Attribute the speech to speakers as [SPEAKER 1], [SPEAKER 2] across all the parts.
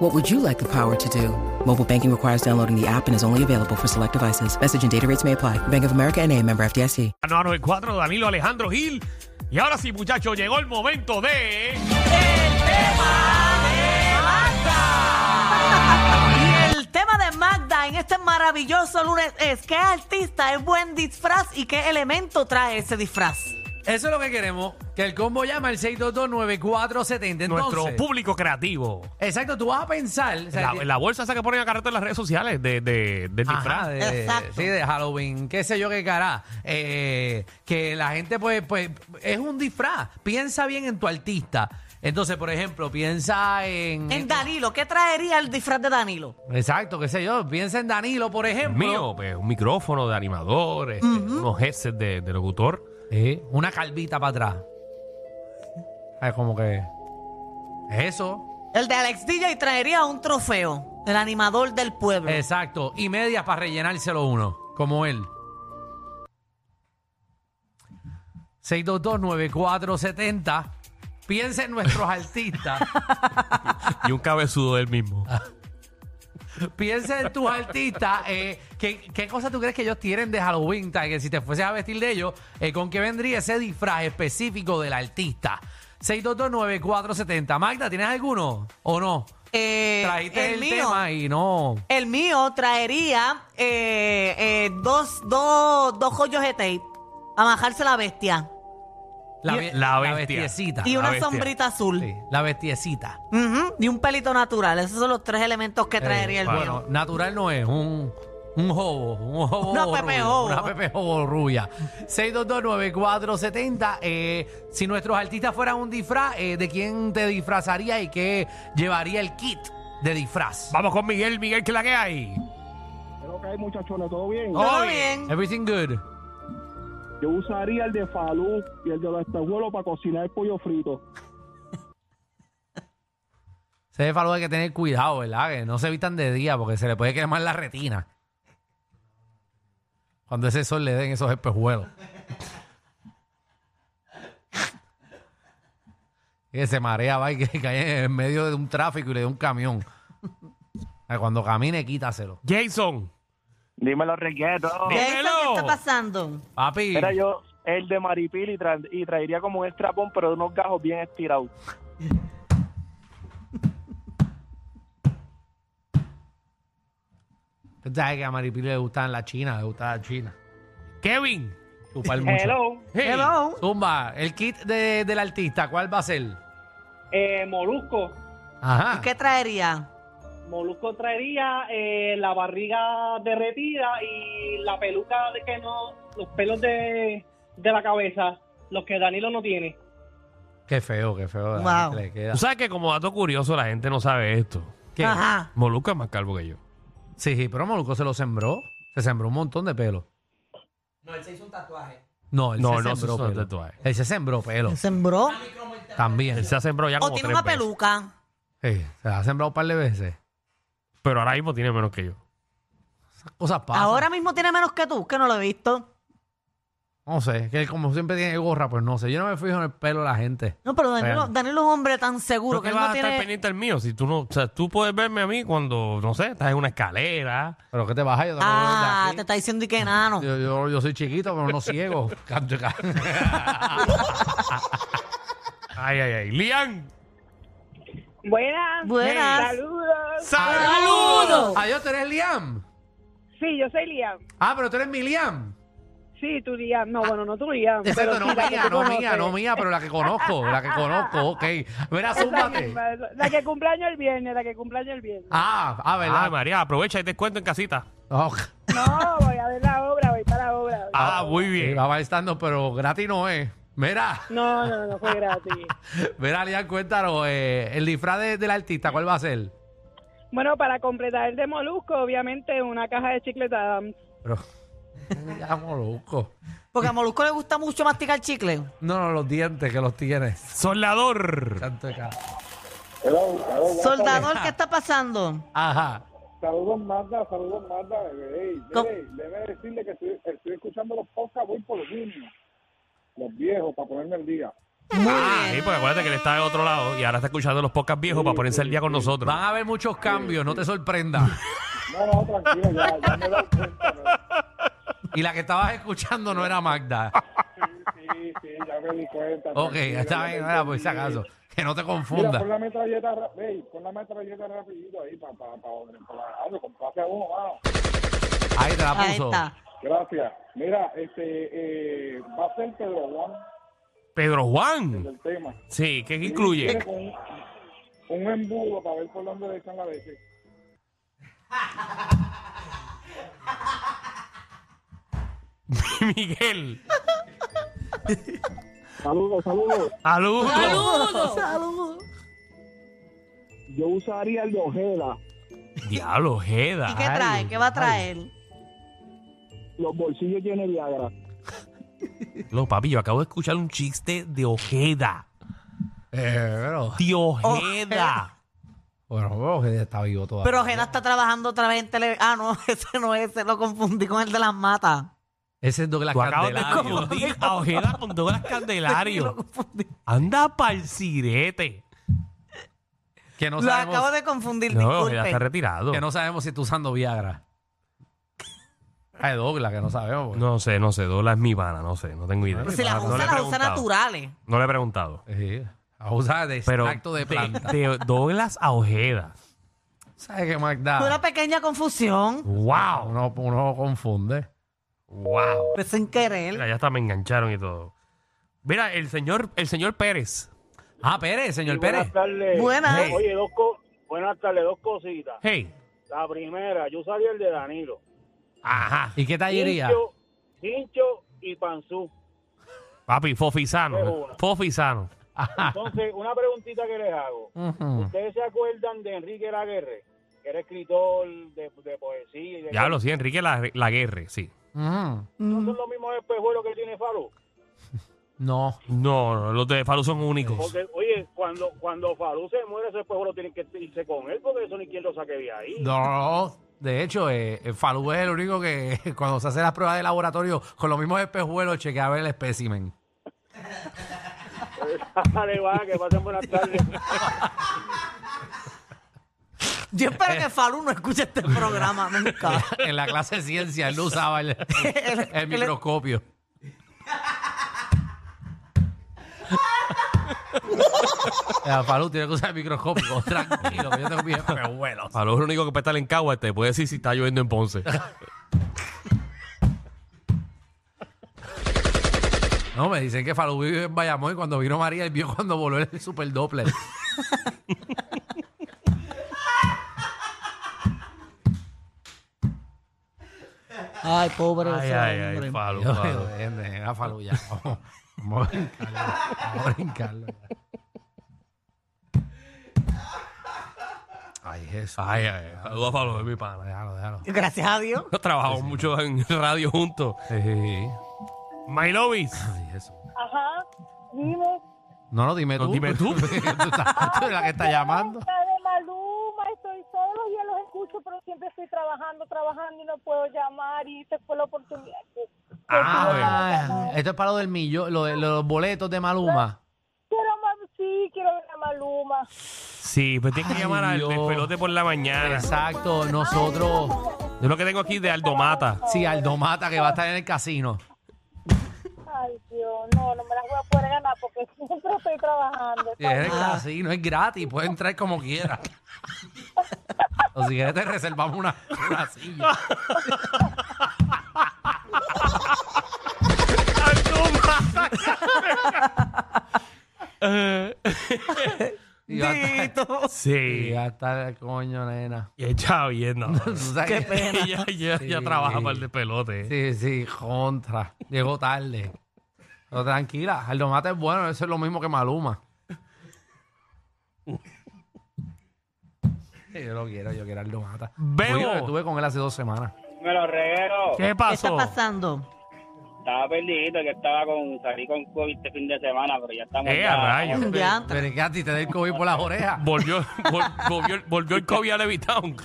[SPEAKER 1] What would you like the power to do? Mobile banking requires downloading the app and is only available for select devices. Message and data rates may apply. Bank of America and a member FDIC.
[SPEAKER 2] A 94, Danilo Alejandro Gil. Y ahora sí, muchachos, llegó el momento de.
[SPEAKER 3] Y el tema de Magda en este maravilloso lunes es ¿qué artista es buen disfraz y qué elemento trae ese disfraz?
[SPEAKER 4] Eso es lo que queremos, que el combo llama al 6229470.
[SPEAKER 2] Nuestro
[SPEAKER 4] Entonces,
[SPEAKER 2] público creativo.
[SPEAKER 4] exacto, tú vas a pensar. o sea,
[SPEAKER 2] La,
[SPEAKER 4] ti-
[SPEAKER 2] la bolsa esa que ponen a carrete en las redes sociales de, de, del disfraz.
[SPEAKER 4] Ajá, de,
[SPEAKER 3] Exacto.
[SPEAKER 4] sí, de Halloween, qué sé yo qué cara. Eh, que la gente, pues, pues, es un disfraz. Piensa bien en tu artista. Entonces, por ejemplo, piensa en.
[SPEAKER 3] En Danilo, ¿qué traería el disfraz de Danilo?
[SPEAKER 4] Exacto, qué sé yo. Piensa en Danilo, por ejemplo.
[SPEAKER 2] Mío, pues, un micrófono de animador, este, unos headsets de, de locutor.
[SPEAKER 4] Eh, una calvita para atrás. Es como que. Eso.
[SPEAKER 3] El de Alex DJ traería un trofeo, el animador del pueblo.
[SPEAKER 4] Exacto. Y medias para rellenárselo uno, como él. 6229470. Piensa en nuestros artistas.
[SPEAKER 2] Y un cabezudo del mismo.
[SPEAKER 4] Ah. Piensa en tus artistas. eh, ¿qué, ¿Qué cosa tú crees que ellos tienen de Halloween? tal, Que si te fueses a vestir de ellos, eh, ¿con qué vendría ese disfraz específico del artista? 6229470. Magda, ¿tienes alguno o no?
[SPEAKER 3] Eh,
[SPEAKER 4] Trajiste el,
[SPEAKER 3] mío,
[SPEAKER 4] tema y no.
[SPEAKER 3] El mío traería eh, eh, dos, dos, dos joyos de tape, amajarse la bestia
[SPEAKER 4] La,
[SPEAKER 2] Y-
[SPEAKER 4] be-
[SPEAKER 2] la
[SPEAKER 4] la
[SPEAKER 2] bestia.
[SPEAKER 4] bestiecita.
[SPEAKER 3] y
[SPEAKER 2] la
[SPEAKER 3] una
[SPEAKER 2] bestia.
[SPEAKER 3] sombrita azul.
[SPEAKER 4] Sí, la bestiecita.
[SPEAKER 3] Ujú, y un pelito natural. Esos son los tres elementos que
[SPEAKER 4] Eh,
[SPEAKER 3] traería el mío.
[SPEAKER 4] bueno, natural no es, un, un jobo, un jobo
[SPEAKER 3] Una
[SPEAKER 4] rubio,
[SPEAKER 3] pepe jobo.
[SPEAKER 4] Una pepe jobo rubia. 6229470, eh, si nuestros artistas fueran un disfraz, eh, ¿de quién te disfrazaría y qué llevaría el kit de disfraz?
[SPEAKER 2] Vamos con Miguel, Miguel, que la que hay.
[SPEAKER 5] Creo que hay muchachones, ¿todo bien?
[SPEAKER 3] Todo
[SPEAKER 2] Oye.
[SPEAKER 3] bien.
[SPEAKER 4] Everything good.
[SPEAKER 5] Yo usaría el de Falú y el de los espejuelos para cocinar el pollo frito.
[SPEAKER 4] Se ve Falú, hay que tener cuidado, ¿verdad? Que no se vistan de día porque se le puede quemar la retina. Cuando ese sol le den esos espejuelos. que se marea, va, y que cae en medio de un tráfico y le dé un camión. Ah, Cuando camine, quítaselo.
[SPEAKER 2] Jason.
[SPEAKER 5] Dímelo, Riqueto.
[SPEAKER 3] Jason,
[SPEAKER 2] Dímelo.
[SPEAKER 3] ¿qué está pasando?
[SPEAKER 4] Papi,
[SPEAKER 5] Era yo el de Maripil y, tra- y traería como un estrapón, pero unos gajos bien estirados.
[SPEAKER 4] tú sabes que a Maripili le gustan las chinas, le gusta la china.
[SPEAKER 2] Kevin.
[SPEAKER 4] Chupar mucho.
[SPEAKER 5] Hello,
[SPEAKER 2] Hey.
[SPEAKER 3] Hello.
[SPEAKER 4] Zumba, el kit de- del artista, ¿cuál va a ser?
[SPEAKER 5] eh, Molusco.
[SPEAKER 4] Ajá.
[SPEAKER 3] ¿Qué traería?
[SPEAKER 5] Molusco traería eh, la barriga derretida y la peluca de que no, los pelos de, de la cabeza, los que Danilo no tiene.
[SPEAKER 4] Qué feo, qué feo. la
[SPEAKER 3] Wow.
[SPEAKER 4] gente le queda.
[SPEAKER 2] Tú sabes que como dato curioso la gente no sabe esto.
[SPEAKER 4] ¿Qué?
[SPEAKER 3] Ajá.
[SPEAKER 2] Moluca es más calvo que yo.
[SPEAKER 4] Sí, sí, pero Moluco se lo sembró. Se sembró un montón de pelo. No, él se
[SPEAKER 2] No, él
[SPEAKER 4] hizo un
[SPEAKER 2] no se
[SPEAKER 4] tatuaje. No, él se
[SPEAKER 2] hizo
[SPEAKER 4] sembró pelo.
[SPEAKER 2] tatuaje.
[SPEAKER 4] Él se sembró pelo
[SPEAKER 3] Sembró
[SPEAKER 4] también.
[SPEAKER 2] Él se ha sembrado ya como
[SPEAKER 3] o tiene
[SPEAKER 2] tres
[SPEAKER 3] una
[SPEAKER 2] veces.
[SPEAKER 3] peluca.
[SPEAKER 4] Sí, se ha sembrado un par de veces.
[SPEAKER 2] Pero ahora mismo tiene menos que yo.
[SPEAKER 4] Esas Cosas pasan.
[SPEAKER 3] Ahora mismo tiene menos que tú, que no lo he visto.
[SPEAKER 4] No sé, que él como siempre tiene gorra, pues no sé. Yo no me fijo en el pelo de la gente.
[SPEAKER 3] No, pero Danilo,
[SPEAKER 4] Bueno.
[SPEAKER 3] Danilo es un hombre tan seguro
[SPEAKER 2] ¿Por
[SPEAKER 3] que
[SPEAKER 2] qué
[SPEAKER 3] él
[SPEAKER 2] vas
[SPEAKER 3] no
[SPEAKER 2] a estar
[SPEAKER 3] tiene.
[SPEAKER 2] pendiente al mío? Si tú no, o sea, tú puedes verme a mí cuando, no sé, estás en una escalera.
[SPEAKER 4] Pero que te baja yo tampoco
[SPEAKER 3] Ah,
[SPEAKER 4] veo
[SPEAKER 3] te
[SPEAKER 4] de aquí.
[SPEAKER 3] está diciendo y que enano.
[SPEAKER 4] Yo, yo, yo soy chiquito, pero no ciego. Canto y canto.
[SPEAKER 2] Ay, ay, ay. Lian,
[SPEAKER 6] Buenas.
[SPEAKER 3] Buenas.
[SPEAKER 6] Saludos.
[SPEAKER 3] ¡Saludos!
[SPEAKER 4] Adiós, Ah, tú eres Liam.
[SPEAKER 6] Sí, yo soy Liam.
[SPEAKER 4] Ah, pero tú eres mi Liam.
[SPEAKER 6] Sí, tú Liam. No, bueno, no tú Liam.
[SPEAKER 4] Ah. Exacto,
[SPEAKER 6] pero
[SPEAKER 4] no
[SPEAKER 6] sí, la que
[SPEAKER 4] mía,
[SPEAKER 6] tú
[SPEAKER 4] no mía,
[SPEAKER 6] conoces.
[SPEAKER 4] no mía, pero la que conozco, la que conozco, ok. Mira,
[SPEAKER 6] Esa
[SPEAKER 4] zúmbate.
[SPEAKER 6] misma, La que cumpleaños el viernes, la que cumpleaños el viernes.
[SPEAKER 4] Ah, ah,
[SPEAKER 2] Ay,
[SPEAKER 4] ¿verdad?
[SPEAKER 2] María, aprovecha y descuento en casita.
[SPEAKER 4] Oh,
[SPEAKER 6] No, voy a ver la obra, voy para la obra.
[SPEAKER 2] Ah, muy
[SPEAKER 4] sí,
[SPEAKER 2] bien.
[SPEAKER 4] va estando, pero gratis no es. Mira,
[SPEAKER 6] No, no, no fue gratis.
[SPEAKER 4] mira, Lian, cuéntanos, eh, el disfraz de- del artista, ¿cuál va a ser?
[SPEAKER 6] Bueno, para completar el de Molusco, obviamente una caja de chicleta.
[SPEAKER 4] Pero, Me llamo loco.
[SPEAKER 3] Porque a Molusco le gusta mucho masticar chicle.
[SPEAKER 4] No, no, los dientes que los tienes.
[SPEAKER 2] Soldador.
[SPEAKER 4] Santo de ca-
[SPEAKER 7] Hello, hello,
[SPEAKER 3] Soldador, ¿qué está pasando?
[SPEAKER 4] Ajá.
[SPEAKER 7] Saludos, Magda, saludos, Magda. Hey,
[SPEAKER 3] ¿Cómo?
[SPEAKER 7] debe, debe decirle que estoy, estoy escuchando los podcasts, voy por los niños, los viejos, para ponerme el día.
[SPEAKER 2] ah, sí, pues acuérdate que él está de otro lado y ahora está escuchando los podcasts viejos para ponerse el día con nosotros.
[SPEAKER 4] Van a haber muchos cambios, no te sorprenda.
[SPEAKER 7] No, no, tranquilo, ya, ya me he dado cuenta. ¿no?
[SPEAKER 4] Y la que estabas escuchando no era Magda.
[SPEAKER 7] Sí, sí, ya me di cuenta.
[SPEAKER 4] Ok,
[SPEAKER 7] tranquilo,
[SPEAKER 4] está
[SPEAKER 7] ya
[SPEAKER 4] bien, pues
[SPEAKER 7] me
[SPEAKER 4] era por si
[SPEAKER 7] entendí.
[SPEAKER 4] acaso. Que no te
[SPEAKER 7] Mira,
[SPEAKER 4] confunda.
[SPEAKER 7] pon la metralleta, ra- hey, pon la metralleta rapidito ahí para pa, pa, pa, pa, pa, complace a uno, mano.
[SPEAKER 4] Ahí te la
[SPEAKER 3] Ahí
[SPEAKER 4] puso.
[SPEAKER 3] está.
[SPEAKER 7] Gracias. Mira, este, eh, va a ser Pedro Juan
[SPEAKER 2] Pedro Juan.
[SPEAKER 7] el tema.
[SPEAKER 2] Sí, ¿qué incluye?
[SPEAKER 7] Viene con un, un embudo para ver por dónde le echan la leche.
[SPEAKER 2] Miguel.
[SPEAKER 5] Saludos, saludos.
[SPEAKER 2] Saludos.
[SPEAKER 3] Saludos.
[SPEAKER 5] Yo usaría el de Ojeda,
[SPEAKER 2] Diablo, Jeda.
[SPEAKER 3] ¿Y qué trae? ¿Qué va a traer?
[SPEAKER 5] los bolsillos llenos de Viagra.
[SPEAKER 2] No, papi, yo acabo de escuchar un chiste de Ojeda.
[SPEAKER 4] Eh, pero,
[SPEAKER 2] De Ojeda.
[SPEAKER 4] bueno, veo que está vivo todavía.
[SPEAKER 3] Pero Ojeda está trabajando otra vez en tele... Ah, no, ese no es, ese lo confundí con el de las matas.
[SPEAKER 4] Ese es Douglas
[SPEAKER 2] Tú acabas de
[SPEAKER 4] Candelario.
[SPEAKER 2] confundir a Ojeda con Douglas Candelario. Anda pa'l sirete.
[SPEAKER 4] Que no
[SPEAKER 3] lo acabo
[SPEAKER 4] sabemos,
[SPEAKER 3] de confundir,
[SPEAKER 2] No, Ojeda está
[SPEAKER 3] disculpe.
[SPEAKER 2] retirado.
[SPEAKER 4] que no sabemos si está usando Viagra. Ah, es Douglas, que no sabemos. pues.
[SPEAKER 2] No sé, no sé. Dola es mi pana, no sé, no tengo idea.
[SPEAKER 3] si las
[SPEAKER 2] No le he
[SPEAKER 3] usa, las usa
[SPEAKER 2] preguntado.
[SPEAKER 3] naturales.
[SPEAKER 2] No le he preguntado.
[SPEAKER 4] Sí, a usar de
[SPEAKER 2] Pero
[SPEAKER 4] extracto de planta.
[SPEAKER 2] de Douglas a Ojeda.
[SPEAKER 4] ¿Sabes qué,
[SPEAKER 3] Fue
[SPEAKER 2] Ah.
[SPEAKER 4] Magda?
[SPEAKER 3] una pequeña confusión.
[SPEAKER 2] ¡Wow!
[SPEAKER 4] Uno, uno confunde.
[SPEAKER 2] ¡Wow!
[SPEAKER 3] Fue sin querer.
[SPEAKER 2] Mira, ya hasta me engancharon y todo. Mira, el señor, el señor Pérez.
[SPEAKER 4] Ah, Pérez, señor Pérez.
[SPEAKER 8] Buenas tardes.
[SPEAKER 3] Buenas.
[SPEAKER 2] Hey.
[SPEAKER 8] Oye, dos co- buenas tardes, dos cositas.
[SPEAKER 2] Hey.
[SPEAKER 8] La primera, yo salí el de Danilo.
[SPEAKER 2] Ajá.
[SPEAKER 4] ¿Y qué tallería?
[SPEAKER 8] Hincho, hincho y Panzú.
[SPEAKER 2] Papi, Fofisano.
[SPEAKER 8] Qué
[SPEAKER 2] Fofisano.
[SPEAKER 4] Ajá.
[SPEAKER 8] Entonces, una preguntita que les hago.
[SPEAKER 4] Mm. Ujú.
[SPEAKER 8] ¿Ustedes se acuerdan de Enrique Laguerre? Que era escritor de, de poesía. y de-
[SPEAKER 2] Ya lo sí, Enrique la, Laguerre, sí.
[SPEAKER 4] Ujú.
[SPEAKER 8] ¿No son los mismos espejuelos que tiene Falú?
[SPEAKER 4] No.
[SPEAKER 2] No, no, los de Falú son únicos.
[SPEAKER 8] Porque, oye, cuando, cuando Falú se muere, esos espejuelos tienen que irse con él, porque eso ni quien lo saque de ahí.
[SPEAKER 4] No, de hecho, eh, eh, Falú es el único que cuando se hace las pruebas de laboratorio con los mismos espejuelos chequea a ver el espécimen.
[SPEAKER 8] Dale, va, que pasen buenas tardes.
[SPEAKER 3] Yo
[SPEAKER 2] eh.
[SPEAKER 3] espero que Falú no escuche este programa nunca.
[SPEAKER 4] en la clase de ciencia él no usaba el,
[SPEAKER 3] El-
[SPEAKER 4] el microscopio. Eh, Falú tiene que usar el microscopio, tranquilo, que yo tengo mis espejuelos.
[SPEAKER 2] Falú es el único que puede estar en Cagua, te puede decir si está lloviendo en Ponce.
[SPEAKER 4] No, me dicen que Falú vive en Bayamón y cuando vino María, él vio cuando voló el Super Doppler.
[SPEAKER 3] Ay, pobre.
[SPEAKER 2] ay,
[SPEAKER 3] ese
[SPEAKER 2] ay,
[SPEAKER 3] hombre.
[SPEAKER 2] ay, Falú,
[SPEAKER 4] Yo,
[SPEAKER 2] Falú.
[SPEAKER 4] dejen, dejen a Falú ya. Vamos, vamos a brincarlo. Vamos a brincarlo ya. Ay, Jesús.
[SPEAKER 2] Ay, ay, saludos a Falú, es mi pana.
[SPEAKER 4] Déjalo, déjalo.
[SPEAKER 3] Gracias a Dios.
[SPEAKER 2] Nos trabajamos mucho en radio juntos. My Lovis.
[SPEAKER 4] Ay, Jesús.
[SPEAKER 6] Ajá, dime.
[SPEAKER 4] No, no, dime
[SPEAKER 2] No,
[SPEAKER 4] tú.
[SPEAKER 2] dime tú.
[SPEAKER 4] tú, estás- tú eres la que está llamando.
[SPEAKER 6] Está de Maluma, estoy todos los días los escucho, pero siempre estoy trabajando, trabajando y no puedo llamar y te fue la oportunidad. que- que tuve para
[SPEAKER 4] Ah,
[SPEAKER 6] llamar.
[SPEAKER 4] esto es para lo del millón, lo de los boletos de Maluma.
[SPEAKER 6] Quiero más, sí, quiero ver a Maluma.
[SPEAKER 2] Sí, pues tienes que
[SPEAKER 4] Ay,
[SPEAKER 2] llamar al
[SPEAKER 4] Dios.
[SPEAKER 2] despelote por la mañana.
[SPEAKER 4] Exacto, nosotros.
[SPEAKER 2] Yo lo que tengo aquí de Aldo Mata.
[SPEAKER 4] Sí, Aldo Mata que va a estar en el casino.
[SPEAKER 6] Ay, Dios, no, no me las voy a poder ganar porque siempre estoy trabajando.
[SPEAKER 4] Sí, es en el
[SPEAKER 3] Ah.
[SPEAKER 4] casino, es gratis, puedes entrar como quieras. O si quieres te reservamos una, una silla.
[SPEAKER 2] ¡Aldo Mata!
[SPEAKER 4] Y va a estar, y
[SPEAKER 2] Sí.
[SPEAKER 4] va a estar, coño, nena.
[SPEAKER 2] Y ella viendo.
[SPEAKER 4] Tú sabes
[SPEAKER 3] Qué
[SPEAKER 4] que-
[SPEAKER 3] pena.
[SPEAKER 2] ella ya,
[SPEAKER 4] Sí.
[SPEAKER 2] trabaja para el despelote.
[SPEAKER 4] Sí, sí, contra. Llegó tarde. Pero tranquila, Aldo Mata es bueno, eso es lo mismo que Maluma. Sí, Yo lo quiero, yo quiero a Aldo Mata.
[SPEAKER 2] Bebo.
[SPEAKER 4] Oye, yo estuve con él hace dos semanas.
[SPEAKER 8] Me lo reguero.
[SPEAKER 2] ¿Qué
[SPEAKER 3] ¿Qué está
[SPEAKER 2] pasó?
[SPEAKER 3] pasando?
[SPEAKER 8] Estaba perdido, que estaba con, salí con COVID este fin de semana, pero ya estamos.
[SPEAKER 2] Eh,
[SPEAKER 8] ya-
[SPEAKER 2] a rayos.
[SPEAKER 3] Un diantre.
[SPEAKER 4] Pero Katy, te da el COVID por las orejas.
[SPEAKER 2] Volvió, vol- volvió, volvió el COVID a Levitown.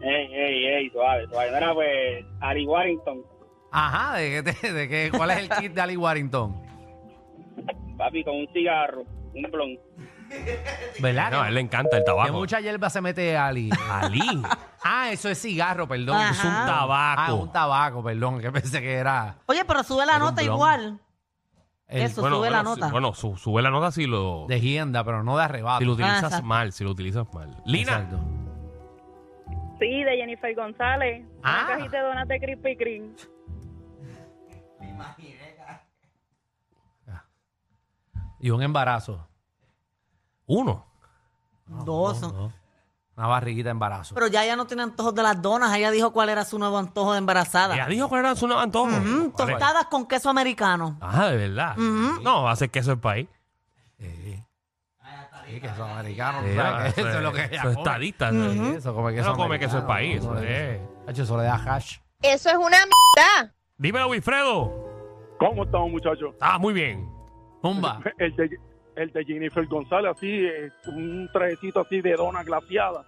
[SPEAKER 8] Ey, ey, ey, suave, suave. Mira, pues, Ari Warrington,
[SPEAKER 4] Ajá, ¿de, qué te- de qué- ¿cuál es el kit de Ali Warrington?
[SPEAKER 8] papi, con un cigarro, un blon.
[SPEAKER 4] ¿Verdad?
[SPEAKER 2] No, a
[SPEAKER 4] que,
[SPEAKER 2] él le encanta el
[SPEAKER 4] que
[SPEAKER 2] tabaco.
[SPEAKER 4] mucha hierba se mete Ali.
[SPEAKER 2] Ali.
[SPEAKER 4] Ah, eso es cigarro, perdón.
[SPEAKER 3] Ajá.
[SPEAKER 4] Es un
[SPEAKER 2] Tabaco.
[SPEAKER 4] Ah, un tabaco, perdón, que pensé que era...
[SPEAKER 3] Oye, pero sube la
[SPEAKER 4] Era un
[SPEAKER 3] nota
[SPEAKER 4] blon.
[SPEAKER 3] igual.
[SPEAKER 4] el-
[SPEAKER 3] Eso, sube la
[SPEAKER 2] bueno, su-
[SPEAKER 3] nota.
[SPEAKER 2] Bueno, su- sube la nota si lo,
[SPEAKER 4] de hienda, pero no de arrebato.
[SPEAKER 2] si lo utilizas
[SPEAKER 3] exacto.
[SPEAKER 2] mal, si lo utilizas mal. Lina,
[SPEAKER 4] Exacto.
[SPEAKER 6] Sí, de Jennifer González.
[SPEAKER 4] Ah.
[SPEAKER 6] Una cajita de donas de Krispy Kreme.
[SPEAKER 4] Y un embarazo.
[SPEAKER 2] uno.
[SPEAKER 3] Dos.
[SPEAKER 4] No. Una barriguita de embarazo.
[SPEAKER 3] Pero ya ella no tiene antojos de las donas. Ella dijo cuál era su nuevo antojo de embarazada.
[SPEAKER 2] Ya dijo cuál era su nuevo antojo.
[SPEAKER 3] Mm,
[SPEAKER 2] ¿Cuál es?
[SPEAKER 3] tostadas con queso americano.
[SPEAKER 2] Ah, de verdad. No, va a ser queso el país.
[SPEAKER 4] Sí. Sí, que son americanos.
[SPEAKER 2] Sí,
[SPEAKER 4] ¿sabes?
[SPEAKER 2] ah,
[SPEAKER 4] Que eso es lo que
[SPEAKER 2] eso
[SPEAKER 4] ella
[SPEAKER 2] es
[SPEAKER 4] come.
[SPEAKER 2] estadista. eso es.
[SPEAKER 4] Sí, Eso come que
[SPEAKER 2] Eso
[SPEAKER 4] son
[SPEAKER 2] come que eso es país.
[SPEAKER 4] americanos. Eh.
[SPEAKER 2] Eso es.
[SPEAKER 4] Hacho, Eso le da hash.
[SPEAKER 9] Eso es una mierda.
[SPEAKER 2] Dímelo, Wilfredo.
[SPEAKER 7] ¿Cómo estamos, muchachos?
[SPEAKER 2] Ah, muy bien.
[SPEAKER 4] Zumba.
[SPEAKER 7] El de, el de Jennifer González, así, eh, un trajecito así de dona glaciada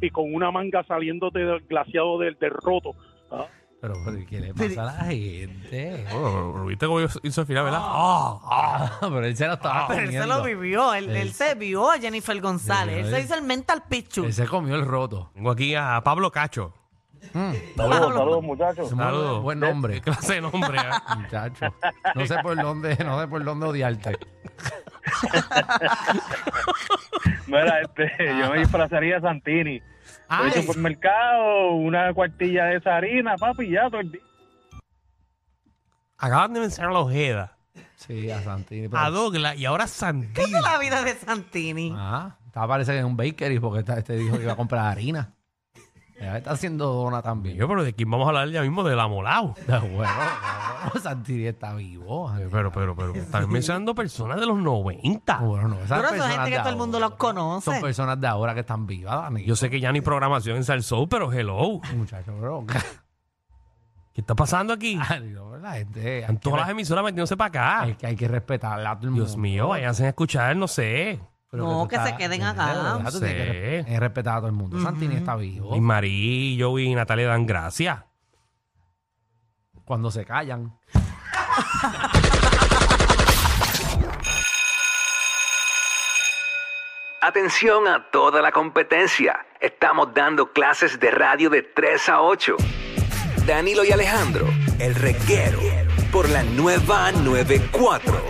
[SPEAKER 7] y con una manga saliéndote del glaciado del, del roto. Ah,
[SPEAKER 4] Pero, pero, ¿qué le pasa a la gente?
[SPEAKER 2] Bueno, Oh, lo viste cómo hizo- hizo el final, ¿verdad? Ah, ah.
[SPEAKER 4] Ah, pero él se lo estaba
[SPEAKER 3] Pero él se lo
[SPEAKER 4] comiendo.
[SPEAKER 3] vivió. Él, él
[SPEAKER 4] Sí.
[SPEAKER 3] se vio a Jennifer González.
[SPEAKER 4] Sí,
[SPEAKER 3] él
[SPEAKER 4] sí.
[SPEAKER 3] se hizo el mental picture.
[SPEAKER 4] Él se comió el roto.
[SPEAKER 2] Tengo aquí a Pablo Cacho.
[SPEAKER 7] Saludos, saludos, muchachos.
[SPEAKER 4] Es muy
[SPEAKER 2] Saludos.
[SPEAKER 4] buen nombre,
[SPEAKER 2] Qué clase de nombre. ¿eh?
[SPEAKER 4] muchacho. No sé por dónde, no sé por dónde odiarte.
[SPEAKER 10] Mira, este, yo me disfrazaría de Santini. Voy
[SPEAKER 4] Ay,
[SPEAKER 10] al supermercado, una cuartilla de esa harina, papi, ya todo el día.
[SPEAKER 2] Acaban de vencer a la Ojeda,
[SPEAKER 4] sí, a Santini. pero-
[SPEAKER 2] a Douglas y ahora a Santini.
[SPEAKER 3] Esa es la vida de Santini.
[SPEAKER 4] Ah, estaba parece que en un bakery porque esta- este dijo que iba a comprar harina. Ya está haciendo dona también.
[SPEAKER 2] Yo, pero de quién vamos a hablar ya mismo, de la Molao.
[SPEAKER 4] Está bueno, no, Santini está vivo.
[SPEAKER 2] Eh, Pero, pero, pero, están mencionando personas de los 90.
[SPEAKER 4] Bueno, no, esas
[SPEAKER 3] Pero eso es
[SPEAKER 4] personas
[SPEAKER 3] gente que
[SPEAKER 4] de
[SPEAKER 3] todo el
[SPEAKER 4] ahora.
[SPEAKER 3] mundo los conoce.
[SPEAKER 4] Son personas de ahora que están vivas, Dani.
[SPEAKER 2] Yo sé que ya no hay programación en Salsou, pero hello.
[SPEAKER 4] muchacho, bro.
[SPEAKER 2] ¿Qué está pasando aquí?
[SPEAKER 4] Ay, no, la gente. Hay
[SPEAKER 2] Están
[SPEAKER 4] que,
[SPEAKER 2] todas las emisoras metiéndose para
[SPEAKER 4] hay
[SPEAKER 2] acá.
[SPEAKER 4] que, hay que respetarla. a todo el
[SPEAKER 2] Dios
[SPEAKER 4] mundo.
[SPEAKER 2] mío, váyanse a escuchar, no sé.
[SPEAKER 4] Pero
[SPEAKER 3] No,
[SPEAKER 4] tú
[SPEAKER 3] que se queden acá.
[SPEAKER 4] de verdad, tú tienes
[SPEAKER 2] Sí.
[SPEAKER 4] que re- eh, respetar a todo el mundo. Santini está vivo.
[SPEAKER 2] Y Marillo y Natalia dan gracias.
[SPEAKER 4] Cuando se callan.
[SPEAKER 11] Atención a toda la competencia. Estamos dando clases de radio de 3 a 8. Danilo y Alejandro, el reguero, por la nueva 94.